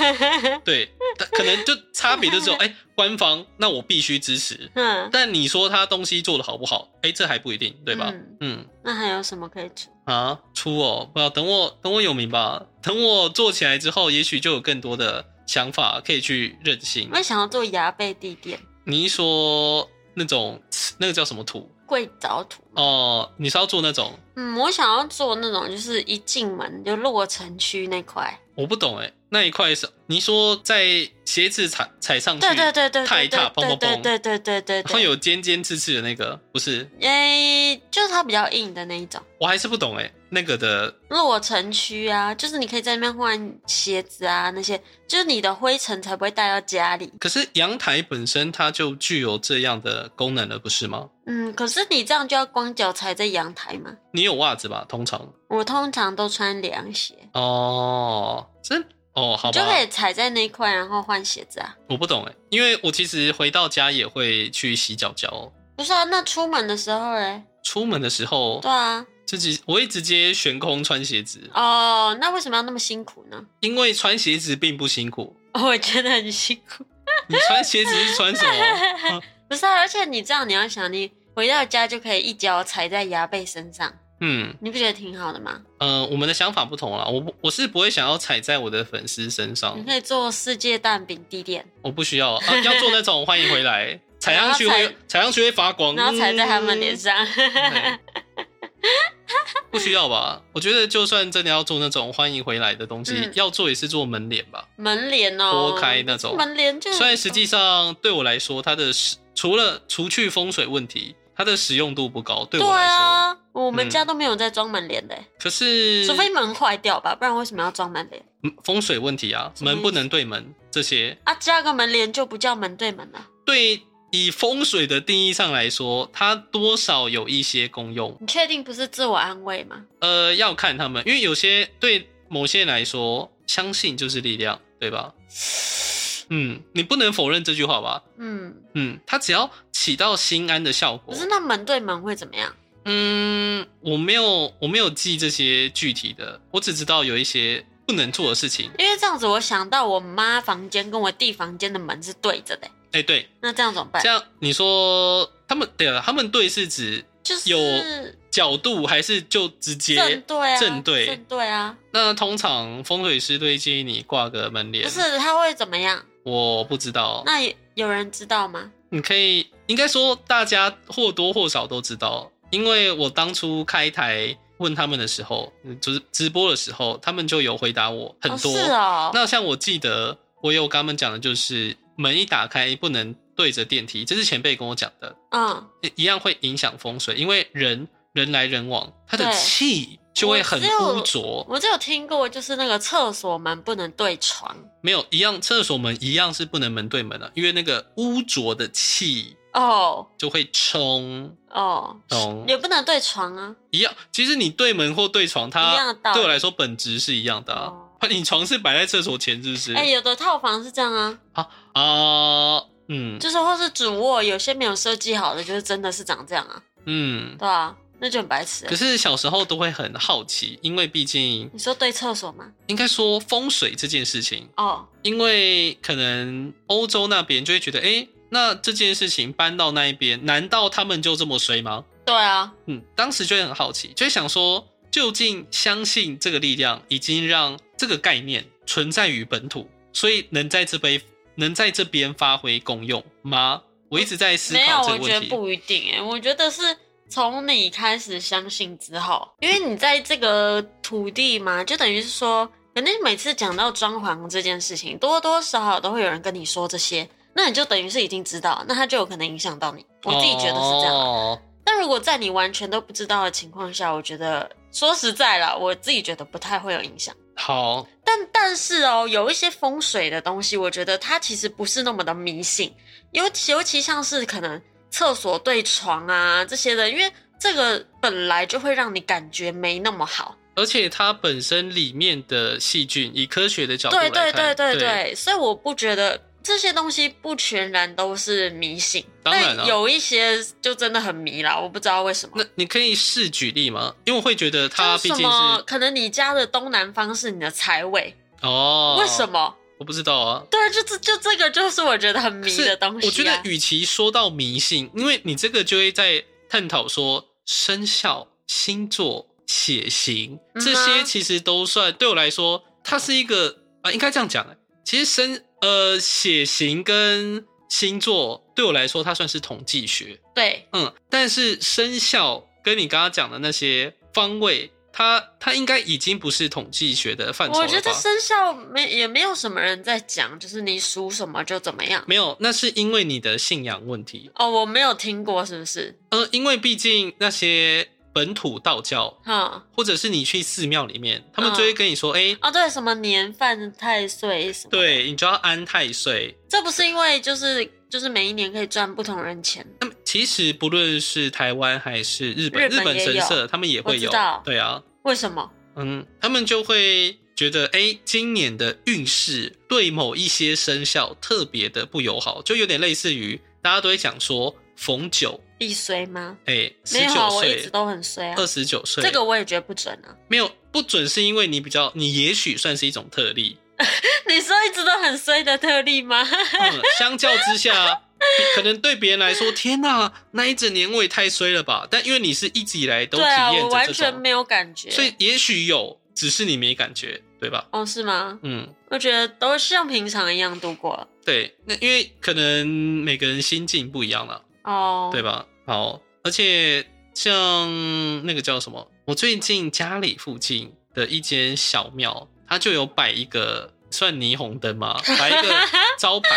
Speaker 2: 对，但可能就差 别就只有哎、官方那我必须支持，
Speaker 1: 嗯，
Speaker 2: 但你说他东西做的好不好，哎、这还不一定，对吧？
Speaker 1: 嗯
Speaker 2: 嗯
Speaker 1: 那还有什么可以出？
Speaker 2: 啊，出哦，不要等我等我有名吧，等我做起来之后，也许就有更多的想法可以去任性
Speaker 1: 我。也想要做牙背地垫、
Speaker 2: 你一说那种那个叫什么图
Speaker 1: 硅藻土。
Speaker 2: 哦？你是要做那种？
Speaker 1: 嗯，我想要做那种，就是一进门就落城区那块。
Speaker 2: 我不懂哎、那一块是你说在鞋子踩踩上去，
Speaker 1: 对对对对
Speaker 2: 踏
Speaker 1: 对
Speaker 2: 一踏
Speaker 1: 对
Speaker 2: 砰
Speaker 1: 对
Speaker 2: 砰
Speaker 1: 对对对对
Speaker 2: 然后
Speaker 1: 对。
Speaker 2: 有尖尖刺刺的那个，不是？
Speaker 1: 诶、就是它比较硬的那一种。
Speaker 2: 我还是不懂哎、那个的
Speaker 1: 落城区啊，就是你可以在那边换鞋子啊，那些就是你的灰尘才不会带到家里。
Speaker 2: 可是阳台本身它就具有这样的功能了，不是吗？
Speaker 1: 嗯，可是你这样就要光脚踩在阳台嘛。
Speaker 2: 你有袜子吧？通常
Speaker 1: 我通常都穿凉鞋，
Speaker 2: 哦，真哦，好
Speaker 1: 你
Speaker 2: 吧
Speaker 1: 就，可以踩在那一块，然后换鞋子啊。
Speaker 2: 我不懂哎、因为我其实回到家也会去洗脚脚哦。
Speaker 1: 不是啊，那出门的时候嘞，
Speaker 2: 出门的时候
Speaker 1: 对啊，
Speaker 2: 自己我会直接悬空穿鞋子，
Speaker 1: 哦，那为什么要那么辛苦呢？
Speaker 2: 因为穿鞋子并不辛苦。
Speaker 1: 我觉得很辛苦。
Speaker 2: 你穿鞋子是穿 什么？啊
Speaker 1: 不是、啊，而且你这样，你要想，你回到家就可以一脚踩在牙贝身上，
Speaker 2: 嗯
Speaker 1: 你不觉得挺好的吗？
Speaker 2: 呃，我们的想法不同啦。我不我是不会想要踩在我的粉丝身上
Speaker 1: 你，可以做世界蛋饼地点，
Speaker 2: 我不需要啊。要做那种欢迎回 来，踩上去
Speaker 1: 然后
Speaker 2: 会
Speaker 1: 踩
Speaker 2: 踩上去会发光，
Speaker 1: 然后踩在他们脸
Speaker 2: 上。
Speaker 1: 上。
Speaker 2: 对不需要吧？我觉得就算真的要做那种欢迎回来的东西，
Speaker 1: 嗯
Speaker 2: 要做也是做门脸吧，
Speaker 1: 门帘哦，
Speaker 2: 拨开那种。
Speaker 1: 门帘就
Speaker 2: 虽然实际上对我来说，它的使除了除去风水问题，它的使用度不高，对
Speaker 1: 对
Speaker 2: 我来说。
Speaker 1: 啊，我们
Speaker 2: 嗯
Speaker 1: 家都没有在装门帘的、
Speaker 2: 可是
Speaker 1: 除非门坏掉吧，不然为什么要装门帘？
Speaker 2: 嗯风水问题啊，
Speaker 1: 什么意思
Speaker 2: 门不能对门这些，
Speaker 1: 啊，加个门帘就不叫门对门了，
Speaker 2: 对以风水的定义上来说，它多少有一些功用。
Speaker 1: 你确定不是自我安慰吗？
Speaker 2: 呃，要看他们，因为有些对某些人来说，相信就是力量，对吧？嗯，你不能否认这句话吧？
Speaker 1: 嗯，
Speaker 2: 嗯，它只要起到心安的效
Speaker 1: 可
Speaker 2: 果。
Speaker 1: 是那门对门会怎么样？
Speaker 2: 嗯，我没有，我没有记这些具体的，我只知道有一些不能做的事情。
Speaker 1: 因为这样子，我想到我妈房间跟我弟房间的门是对着的、
Speaker 2: 哎、对，
Speaker 1: 那这样怎么办
Speaker 2: 这？样你说他们对啊了，他们对是指
Speaker 1: 就是
Speaker 2: 有角度还是就直
Speaker 1: 正
Speaker 2: 接？
Speaker 1: 对啊，
Speaker 2: 正对
Speaker 1: 正对啊，
Speaker 2: 那通常风水师都会建议你挂个门帘
Speaker 1: 不，是他会怎么样？
Speaker 2: 我不知道。
Speaker 1: 那有有人知道吗？
Speaker 2: 你可以应该说大家或多或少都知道，因为我当初开台问他们的时候，嗯就是直播的时候，他们就有回答我很多。
Speaker 1: 哦是哦，
Speaker 2: 那像我记得我有跟他们讲的就是，门一打开不能对着电梯，这是前辈跟我讲的，
Speaker 1: 嗯，
Speaker 2: 一一样会影响风水，因为人人来人往，他的
Speaker 1: 对
Speaker 2: 气就会很
Speaker 1: 我只有
Speaker 2: 污浊。
Speaker 1: 我只有听过，就是那个厕所门不能对床
Speaker 2: 没有一样，厕所门一样是不能门对门的、因为那个污浊的气
Speaker 1: 哦
Speaker 2: 就会冲。
Speaker 1: 哦，
Speaker 2: 懂
Speaker 1: 也不能对床啊。
Speaker 2: 一样，其实你对门或对床，
Speaker 1: 一样
Speaker 2: 它
Speaker 1: 的道理
Speaker 2: 对我来说本质是一样的啊
Speaker 1: 哦。
Speaker 2: 你床是摆在厕所前，是不是？
Speaker 1: 哎、有的套房是这样啊，
Speaker 2: 啊，嗯
Speaker 1: 就是或是主卧，有些没有设计好的，就是真的是长这样啊，
Speaker 2: 嗯。
Speaker 1: 对啊，那就很白痴、
Speaker 2: 可是小时候都会很好奇，因为毕竟
Speaker 1: 你说对厕所吗？
Speaker 2: 应该说风水这件事情，
Speaker 1: 哦，
Speaker 2: 因为可能欧洲那边就会觉得，哎、那这件事情搬到那一边，难道他们就这么衰吗？
Speaker 1: 对啊，
Speaker 2: 嗯，当时就会很好奇，就会想说，究竟相信这个力量已经让这个概念存在于本土，所以能在这边能在这边发挥功用吗？我一直在思
Speaker 1: 没有，
Speaker 2: 考这
Speaker 1: 我
Speaker 2: 个
Speaker 1: 觉得
Speaker 2: 问题。
Speaker 1: 不一定哎、我觉得是从你开始相信之后，因为你在这个土地嘛，就等于是说，可能每次讲到装潢这件事情，多多少少都会有人跟你说这些，那你就等于是已经知道，那他就有可能影响到你。我自己觉得是这样啊。
Speaker 2: 哦，
Speaker 1: 但如果在你完全都不知道的情况下，我觉得说实在啦，我自己觉得不太会有影响。
Speaker 2: 好，
Speaker 1: 但但是哦，有一些风水的东西，我觉得它其实不是那么的迷信，尤其尤其像是可能厕所对床啊这些的，因为这个本来就会让你感觉没那么好。
Speaker 2: 而且它本身里面的细菌，以科学的角度来
Speaker 1: 对对
Speaker 2: 看，
Speaker 1: 对对
Speaker 2: 对
Speaker 1: 对，所以我不觉得这些东西不全然都是迷信，
Speaker 2: 当然啊
Speaker 1: 但有一些就真的很迷啦，我不知道为什么。
Speaker 2: 那你可以试举例吗？因为我会觉得它
Speaker 1: 就是
Speaker 2: 毕
Speaker 1: 什
Speaker 2: 竟是
Speaker 1: 么？可能你家的东南方是你的财位，
Speaker 2: 哦，
Speaker 1: 为什？么？
Speaker 2: 我不知道啊。
Speaker 1: 对，就这就这个就是我觉得很迷
Speaker 2: 是
Speaker 1: 的东西、啊。
Speaker 2: 我觉得，与其说到迷信，因为你这个就会在探讨说生肖、星座、血型
Speaker 1: 嗯啊
Speaker 2: 这些，其实都算对我来说，它是一个啊、应该这样讲欸其实生呃血型跟星座对我来说，它算是统计学，
Speaker 1: 对，
Speaker 2: 嗯，但是生肖跟你刚刚讲的那些方位，它它应该已经不是统计学的范畴了
Speaker 1: 我
Speaker 2: 吧？
Speaker 1: 觉得生肖没也没有什么人在讲，就是你属什么就怎么样。
Speaker 2: 没有，那是因为你的信仰问题。
Speaker 1: 哦，我没有听过，是不是？
Speaker 2: 呃，因为毕竟那些本土道教，
Speaker 1: 哈、
Speaker 2: 或者是你去寺庙里面，他们就会跟你说，哎、
Speaker 1: 哦，对，什么年犯太岁什么？，
Speaker 2: 对你就要安太岁。
Speaker 1: 这不是因为就是就是每一年可以赚不同人钱，
Speaker 2: 那么其实不论是台湾还是日本，
Speaker 1: 日
Speaker 2: 日
Speaker 1: 本
Speaker 2: 本
Speaker 1: 也有
Speaker 2: 神社他们也会
Speaker 1: 我
Speaker 2: 有
Speaker 1: 知道，
Speaker 2: 对啊，
Speaker 1: 为什么？
Speaker 2: 嗯，他们就会觉得，哎、今年的运势对某一些生肖特别的不友好，就有点类似于大家都会讲说逢九
Speaker 1: 必衰吗？
Speaker 2: 哎，
Speaker 1: 没
Speaker 2: 十
Speaker 1: 有啊，
Speaker 2: 九
Speaker 1: 我一直
Speaker 2: 岁、
Speaker 1: 都很衰啊
Speaker 2: 二。十九岁，
Speaker 1: 这个我也觉得不准啊。
Speaker 2: 没有不准，是因为你比较，你也许算是一种特例。
Speaker 1: 你说一直都很衰的特例吗？
Speaker 2: 嗯 相较之下，可能对别人来说，天哪、那一整年我也太衰了吧！但因为你是一直以来都体
Speaker 1: 对啊，
Speaker 2: 验
Speaker 1: 我
Speaker 2: 着
Speaker 1: 完
Speaker 2: 这
Speaker 1: 全
Speaker 2: 种，
Speaker 1: 没有感觉。
Speaker 2: 所以也许有，只是你没感觉，对吧？
Speaker 1: 哦，是吗？
Speaker 2: 嗯，
Speaker 1: 我觉得都像平常一样度过了。
Speaker 2: 对，那因为可能每个人心境不一样啦，
Speaker 1: 哦，
Speaker 2: 对吧？好，而且像那个叫什么，我最近家里附近的一间小庙，它就有摆一个算霓虹灯吗？摆一个招牌，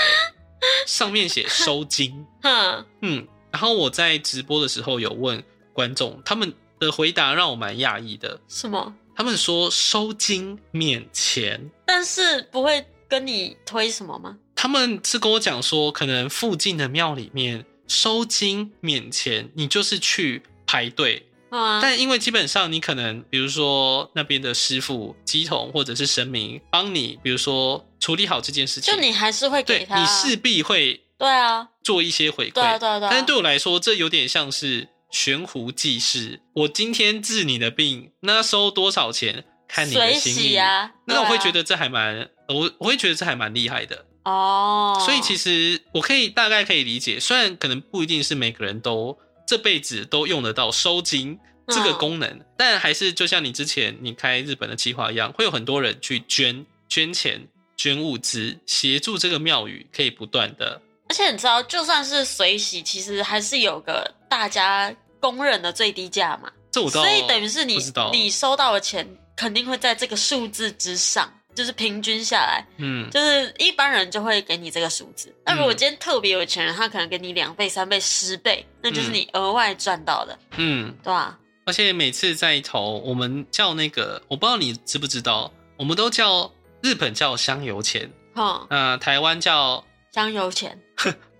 Speaker 2: 上面写收金。
Speaker 1: 哼，
Speaker 2: 嗯，然后我在直播的时候有问观众，他们的回答让我蛮讶异的。
Speaker 1: 什么？
Speaker 2: 他们说收金免钱，
Speaker 1: 但是不会跟你推什么吗？
Speaker 2: 他们是跟我讲说，可能附近的庙里面收金免钱，你就是去排队。
Speaker 1: 啊，
Speaker 2: 但因为基本上你可能，比如说那边的师傅、鸡童或者是神明帮你，比如说处理好这件事情，
Speaker 1: 就你还是会给
Speaker 2: 对
Speaker 1: 他啊。
Speaker 2: 你势必会
Speaker 1: 对啊，
Speaker 2: 做一些回馈。
Speaker 1: 对啊，对啊，对啊。
Speaker 2: 但是对我来说，这有点像是悬壶济世。我今天治你的病，那收多少钱看你的
Speaker 1: 水
Speaker 2: 心
Speaker 1: 洗
Speaker 2: 意。
Speaker 1: 啊，
Speaker 2: 那
Speaker 1: 对
Speaker 2: 我
Speaker 1: 啊
Speaker 2: 会觉得这还蛮，我我会觉得这还蛮厉害的。
Speaker 1: 哦，
Speaker 2: 所以其
Speaker 1: 实
Speaker 2: 实我可以大概可以理解，虽然可能不一定是每个人都这辈子都用得到收金
Speaker 1: 嗯
Speaker 2: 这个功能，但还是就像你之前你开日本的计划一样，会有很多人去捐捐钱、捐物资，协助这个庙宇可以不断的
Speaker 1: 而且你知道，就算是水洗，其实还是有个大家公认的最低价嘛，
Speaker 2: 这我倒
Speaker 1: 所以等于是你
Speaker 2: 不知道
Speaker 1: 你收到的钱肯定会在这个数字之上。就是平均下来，
Speaker 2: 嗯
Speaker 1: 就是一般人就会给你这个数字。那如果
Speaker 2: 嗯
Speaker 1: 今天特别有钱人，他可能给你两倍、三倍、十倍，那就是你额外赚到的，
Speaker 2: 嗯，
Speaker 1: 对啊吧？
Speaker 2: 而且每次在投，我们叫那个，我不知道你知不知道，我们都叫日本叫香油钱，
Speaker 1: 哼，
Speaker 2: 那、台湾叫
Speaker 1: 香油钱、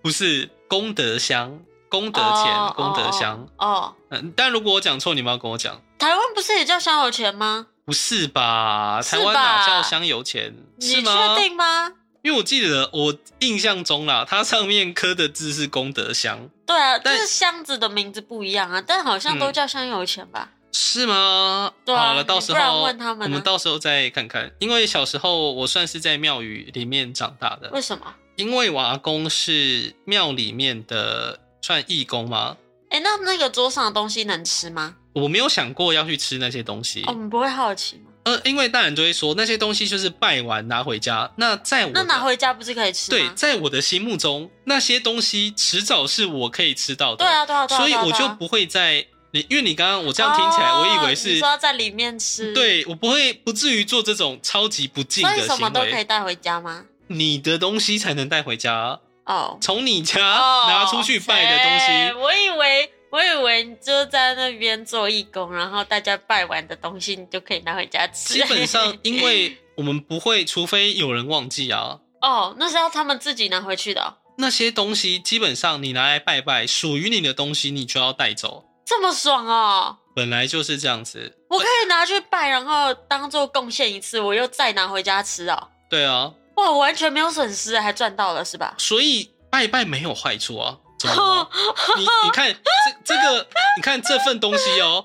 Speaker 2: 不是功德箱，功德钱，
Speaker 1: 哦
Speaker 2: 功德箱。
Speaker 1: 哦哦，
Speaker 2: 嗯、但如果我讲错，你们要跟我讲。
Speaker 1: 台湾不是也叫香油钱吗？
Speaker 2: 不是吧？
Speaker 1: 是吧
Speaker 2: 台湾哪叫香油钱？是
Speaker 1: 你
Speaker 2: 吗
Speaker 1: 确？定吗？
Speaker 2: 因为我记得我印象中啦，它上面刻的字是功德箱，
Speaker 1: 对啊，就
Speaker 2: 但
Speaker 1: 是箱子的名字不一样啊，但好像都叫香油钱吧？
Speaker 2: 是吗？
Speaker 1: 对啊
Speaker 2: 好了，到时
Speaker 1: 你不然
Speaker 2: 候
Speaker 1: 问他们啊
Speaker 2: 我们到时候再看看。因为小时候我算是在庙宇里面长大的，
Speaker 1: 为什么？
Speaker 2: 因为我阿公是庙里面的算义工吗？
Speaker 1: 哎、那那个桌上的东西能吃吗？
Speaker 2: 我没有想过要去吃那些东西，
Speaker 1: 哦，你不会好奇吗？
Speaker 2: 呃，因为大人就会说那些东西就是拜完拿回家。那在我
Speaker 1: 那
Speaker 2: 的
Speaker 1: 拿回家不是可以吃
Speaker 2: 对，
Speaker 1: 吗？
Speaker 2: 在我的心目中，那些东西迟早是我可以吃到的，
Speaker 1: 对啊，对啊，对啊，
Speaker 2: 所以
Speaker 1: 对啊
Speaker 2: 我就不会在你，因为你刚刚我这样听起来，
Speaker 1: 哦
Speaker 2: 我以为
Speaker 1: 你
Speaker 2: 是
Speaker 1: 说要在里面吃，，
Speaker 2: 对我不会不至于做这种超级不敬
Speaker 1: 所以
Speaker 2: 的
Speaker 1: 什么
Speaker 2: 行
Speaker 1: 都可以
Speaker 2: 为。
Speaker 1: 带回家吗？
Speaker 2: 你的东西才能带回家，
Speaker 1: 哦，
Speaker 2: 从你家
Speaker 1: 哦
Speaker 2: 拿出去拜的东西。
Speaker 1: 哎我以为。我以为你就在那边做义工，然后大家拜完的东西你就可以拿回家吃。
Speaker 2: 基本上，因为我们不会，除非有人忘记啊。
Speaker 1: 哦，那是要他们自己拿回去的哦、
Speaker 2: 那些东西基本上你拿来拜拜，属于你的东西你就要带走，
Speaker 1: 这么爽哦！
Speaker 2: 本来就是这样子。
Speaker 1: 我可以拿去拜，然后当做贡献一次，我又再拿回家吃哦。
Speaker 2: 对啊，
Speaker 1: 哇，我完全没有损失，还赚到了是吧？
Speaker 2: 所以拜拜没有坏处啊。怎么 了吗你你看这这个，你看这份东西哦。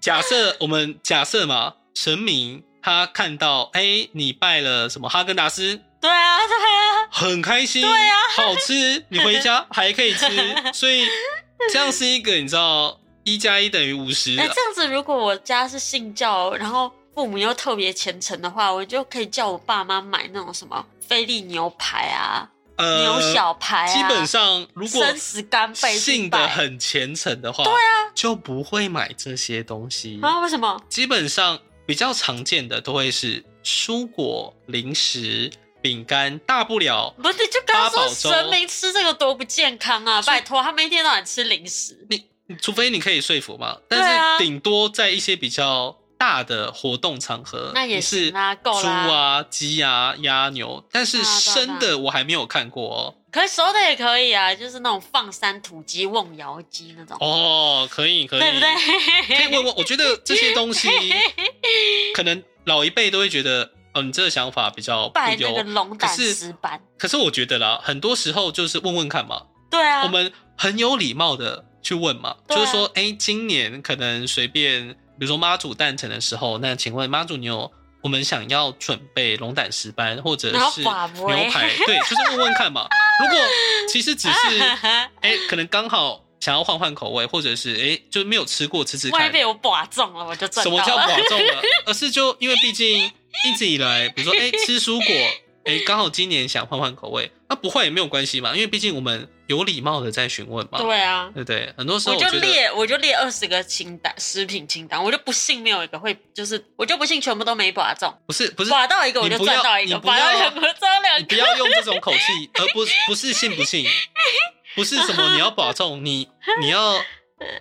Speaker 2: 假设我们假设嘛，神明他看到哎、你拜了什么哈根达斯，
Speaker 1: 对啊，对啊，
Speaker 2: 很开心，对
Speaker 1: 啊
Speaker 2: 好吃，你回 家还可以吃，所以这样是一个你知道一加一等于五十
Speaker 1: 哎、，这样子如果我家是信教，然后父母又特别虔诚的话，我就可以叫我爸妈买那种什么菲力牛排啊、
Speaker 2: 呃，
Speaker 1: 牛小排啊，
Speaker 2: 基本上如果
Speaker 1: 生死干贝去
Speaker 2: 信
Speaker 1: 拜
Speaker 2: 的很虔诚的话，对啊，就不会买这些东西。
Speaker 1: 啊？为什么？
Speaker 2: 基本上比较常见的都会是蔬果、零食、饼干，大不了
Speaker 1: 不是，你就刚刚
Speaker 2: 八
Speaker 1: 说
Speaker 2: 宝粥
Speaker 1: 神明吃这个多不健康啊！拜托，他们一天到晚吃零食。
Speaker 2: 除非你可以说服嘛，
Speaker 1: 对啊
Speaker 2: 但是顶多在一些比较大的活动场合，
Speaker 1: 那也
Speaker 2: 是
Speaker 1: 行啦够
Speaker 2: 猪
Speaker 1: 啦
Speaker 2: 啊、鸡啊、鸭、牛，但
Speaker 1: 对
Speaker 2: 是
Speaker 1: 啊对啊
Speaker 2: 生的我还没有看过哦。
Speaker 1: 可以熟的也可以啊，就是那种放山土鸡、瓮窑鸡那种，
Speaker 2: 哦，可以可以，
Speaker 1: 对不对？
Speaker 2: 可以问问，我觉得这些东西可能老一辈都会觉得，哦，你这个想法比较 不
Speaker 1: 拜那
Speaker 2: 优
Speaker 1: 个龙胆石板，
Speaker 2: 可是我觉得啦，很多时候就是问问看嘛。
Speaker 1: 对啊，
Speaker 2: 我们很有礼貌的去问嘛，
Speaker 1: 对啊
Speaker 2: 就是说，哎、今年可能随便，比如说妈祖诞辰的时候，那请问妈祖你有我们想要准备龙胆石斑或者
Speaker 1: 然后
Speaker 2: 是牛
Speaker 1: 寡不欸
Speaker 2: 排，对，就是问问看嘛。如果其实只是 哎、可能刚好想要换换口味，或者是哎、就是没有吃过吃吃
Speaker 1: 万一
Speaker 2: 看，
Speaker 1: 被我刮中了，我就赚
Speaker 2: 什
Speaker 1: 到
Speaker 2: 么叫
Speaker 1: 了。
Speaker 2: 保重了？而是就因为毕竟一直以来，比如说哎、吃蔬果，哎、刚好今年想换换口味，那不换也没有关系嘛，因为毕竟我们有礼貌的在询问嘛，
Speaker 1: 对啊，
Speaker 2: 对不对？很多时候
Speaker 1: 我
Speaker 2: 我
Speaker 1: 就
Speaker 2: 觉得
Speaker 1: 列我就列二十个清单，食品清单，我就不信没有一个会，就是我就不信全部都没刮中，
Speaker 2: 不是不是，
Speaker 1: 刮到一个我
Speaker 2: 你
Speaker 1: 就
Speaker 2: 不
Speaker 1: 赚
Speaker 2: 要
Speaker 1: 到一
Speaker 2: 你
Speaker 1: 个，
Speaker 2: 不
Speaker 1: 刮到
Speaker 2: 要
Speaker 1: 两个赚两
Speaker 2: 你不
Speaker 1: 个。
Speaker 2: 要用这种口气，而不不是信不信，不是什么你要保重，你你要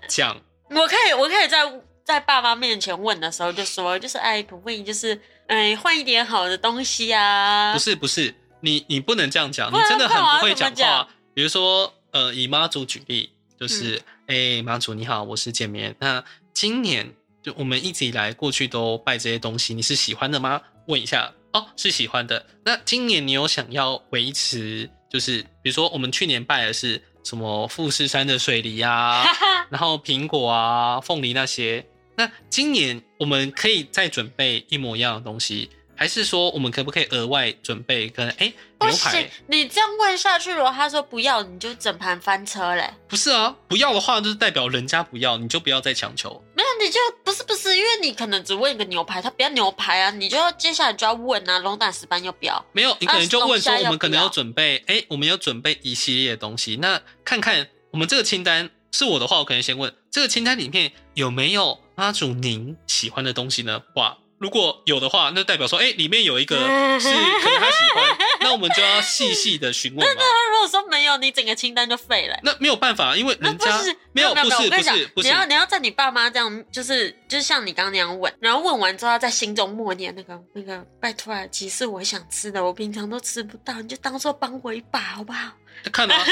Speaker 2: 讲
Speaker 1: 我可以，我可以在在爸妈面前问的时候就说，就是哎，可不可以就是哎换一点好的东西啊？
Speaker 2: 不是不是，你你不能这样讲，
Speaker 1: 不
Speaker 2: 你
Speaker 1: 然
Speaker 2: 真的
Speaker 1: 不然我
Speaker 2: 很
Speaker 1: 要
Speaker 2: 不会
Speaker 1: 怎么
Speaker 2: 讲
Speaker 1: 讲嗯
Speaker 2: 话。比如说，呃，以妈祖举例，就是，哎、妈、祖你好，我是简眠。那今年就我们一直以来过去都拜这些东西，你是喜欢的吗？问一下，哦，是喜欢的。那今年你有想要维持，就是比如说我们去年拜的是什么富士山的水梨啊，
Speaker 1: 哈哈，
Speaker 2: 然后苹果啊、凤梨那些。那今年我们可以再准备一模一样的东西，还是说我们可不可以额外准备跟哎
Speaker 1: 不
Speaker 2: 牛
Speaker 1: 行
Speaker 2: 排？，
Speaker 1: 你这样问下去，如果他说不要，你就整盘翻车嘞。
Speaker 2: 不是啊，不要的话就是代表人家不要，你就不要再强求。
Speaker 1: 没有，你就不是不是，因为你可能只问一个牛排，他不要牛排啊，你就要接下来就要问啊，龙胆石斑要不要？
Speaker 2: 没有，你可能就问说
Speaker 1: 啊
Speaker 2: 我们可能
Speaker 1: 要不要
Speaker 2: 要准备哎，我们要准备一系列的东西。那看看我们这个清单，是我的话，我可能先问这个清单里面有没有妈祖您喜欢的东西呢？哇！如果有的话，那代表说，哎、里面有 一个是可能他喜欢，那我们就要细细的询问嘛。
Speaker 1: 那如果说没有，你整个清单就废了、
Speaker 2: 那没有办法，因为
Speaker 1: 那
Speaker 2: 人
Speaker 1: 啊不
Speaker 2: 家
Speaker 1: 是
Speaker 2: 没有
Speaker 1: 没有
Speaker 2: 不是
Speaker 1: 我
Speaker 2: 不
Speaker 1: 跟你讲
Speaker 2: 是不，
Speaker 1: 你
Speaker 2: 是，
Speaker 1: 要你要在你爸妈这样，就是就是像你刚刚那样问，然后问完之后，在心中默念那个那个，拜托啊，几是我想吃的，我平常都吃不到，你就当做帮我一把好不好？
Speaker 2: 看啊，就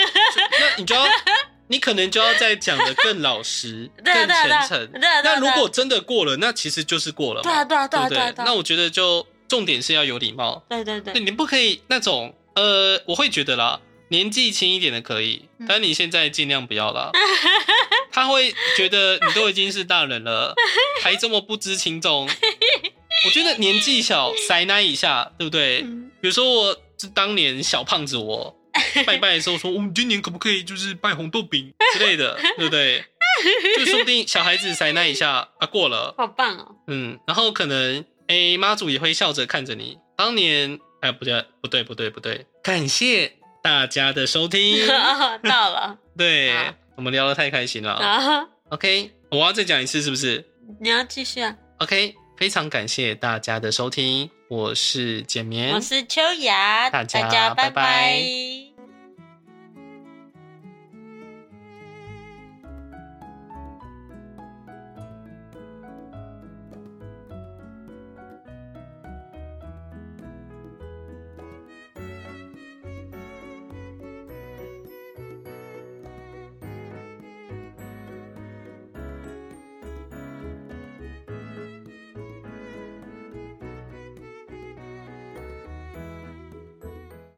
Speaker 2: 那你就要你可能就要再讲的更老实、
Speaker 1: 对啊
Speaker 2: 更
Speaker 1: 对啊对
Speaker 2: 虔
Speaker 1: 啊
Speaker 2: 诚。
Speaker 1: 对啊对啊
Speaker 2: 那如
Speaker 1: 对啊
Speaker 2: 果真的过了，那其实就是过了嘛。
Speaker 1: 对啊对啊对
Speaker 2: 对
Speaker 1: 啊
Speaker 2: 不
Speaker 1: 对啊
Speaker 2: 对？
Speaker 1: 对啊
Speaker 2: 那我觉得就重点是要有礼貌，
Speaker 1: 对对对
Speaker 2: 对，你不可以那种呃，我会觉得啦，年纪轻一点的可以
Speaker 1: 嗯，
Speaker 2: 但你现在尽量不要 啦。他会觉得你都已经是大 人了，还这么不知轻重。我觉得年纪小塞奶一下，对不对？
Speaker 1: 嗯
Speaker 2: 比如说我这当年小胖 子我拜拜的时候说，我们今年可不可以就是拜红豆饼之类的，对不对？就说不定小孩子塞那一下啊过了，
Speaker 1: 好棒哦！
Speaker 2: 嗯，然后可能哎妈祖也会笑着看着你。当年哎不对不对不对不对，感谢大家的收听， 嗯
Speaker 1: 到了
Speaker 2: 对
Speaker 1: 啊
Speaker 2: 我们聊得太开心了。
Speaker 1: 啊，
Speaker 2: OK，我要再讲一次是不是
Speaker 1: 你要继续啊！
Speaker 2: ？OK，非常感谢大家的收听，我是简眠，
Speaker 1: 我是秋雅，
Speaker 2: 嗯
Speaker 1: 大
Speaker 2: 大家
Speaker 1: 家
Speaker 2: 拜拜
Speaker 1: 拜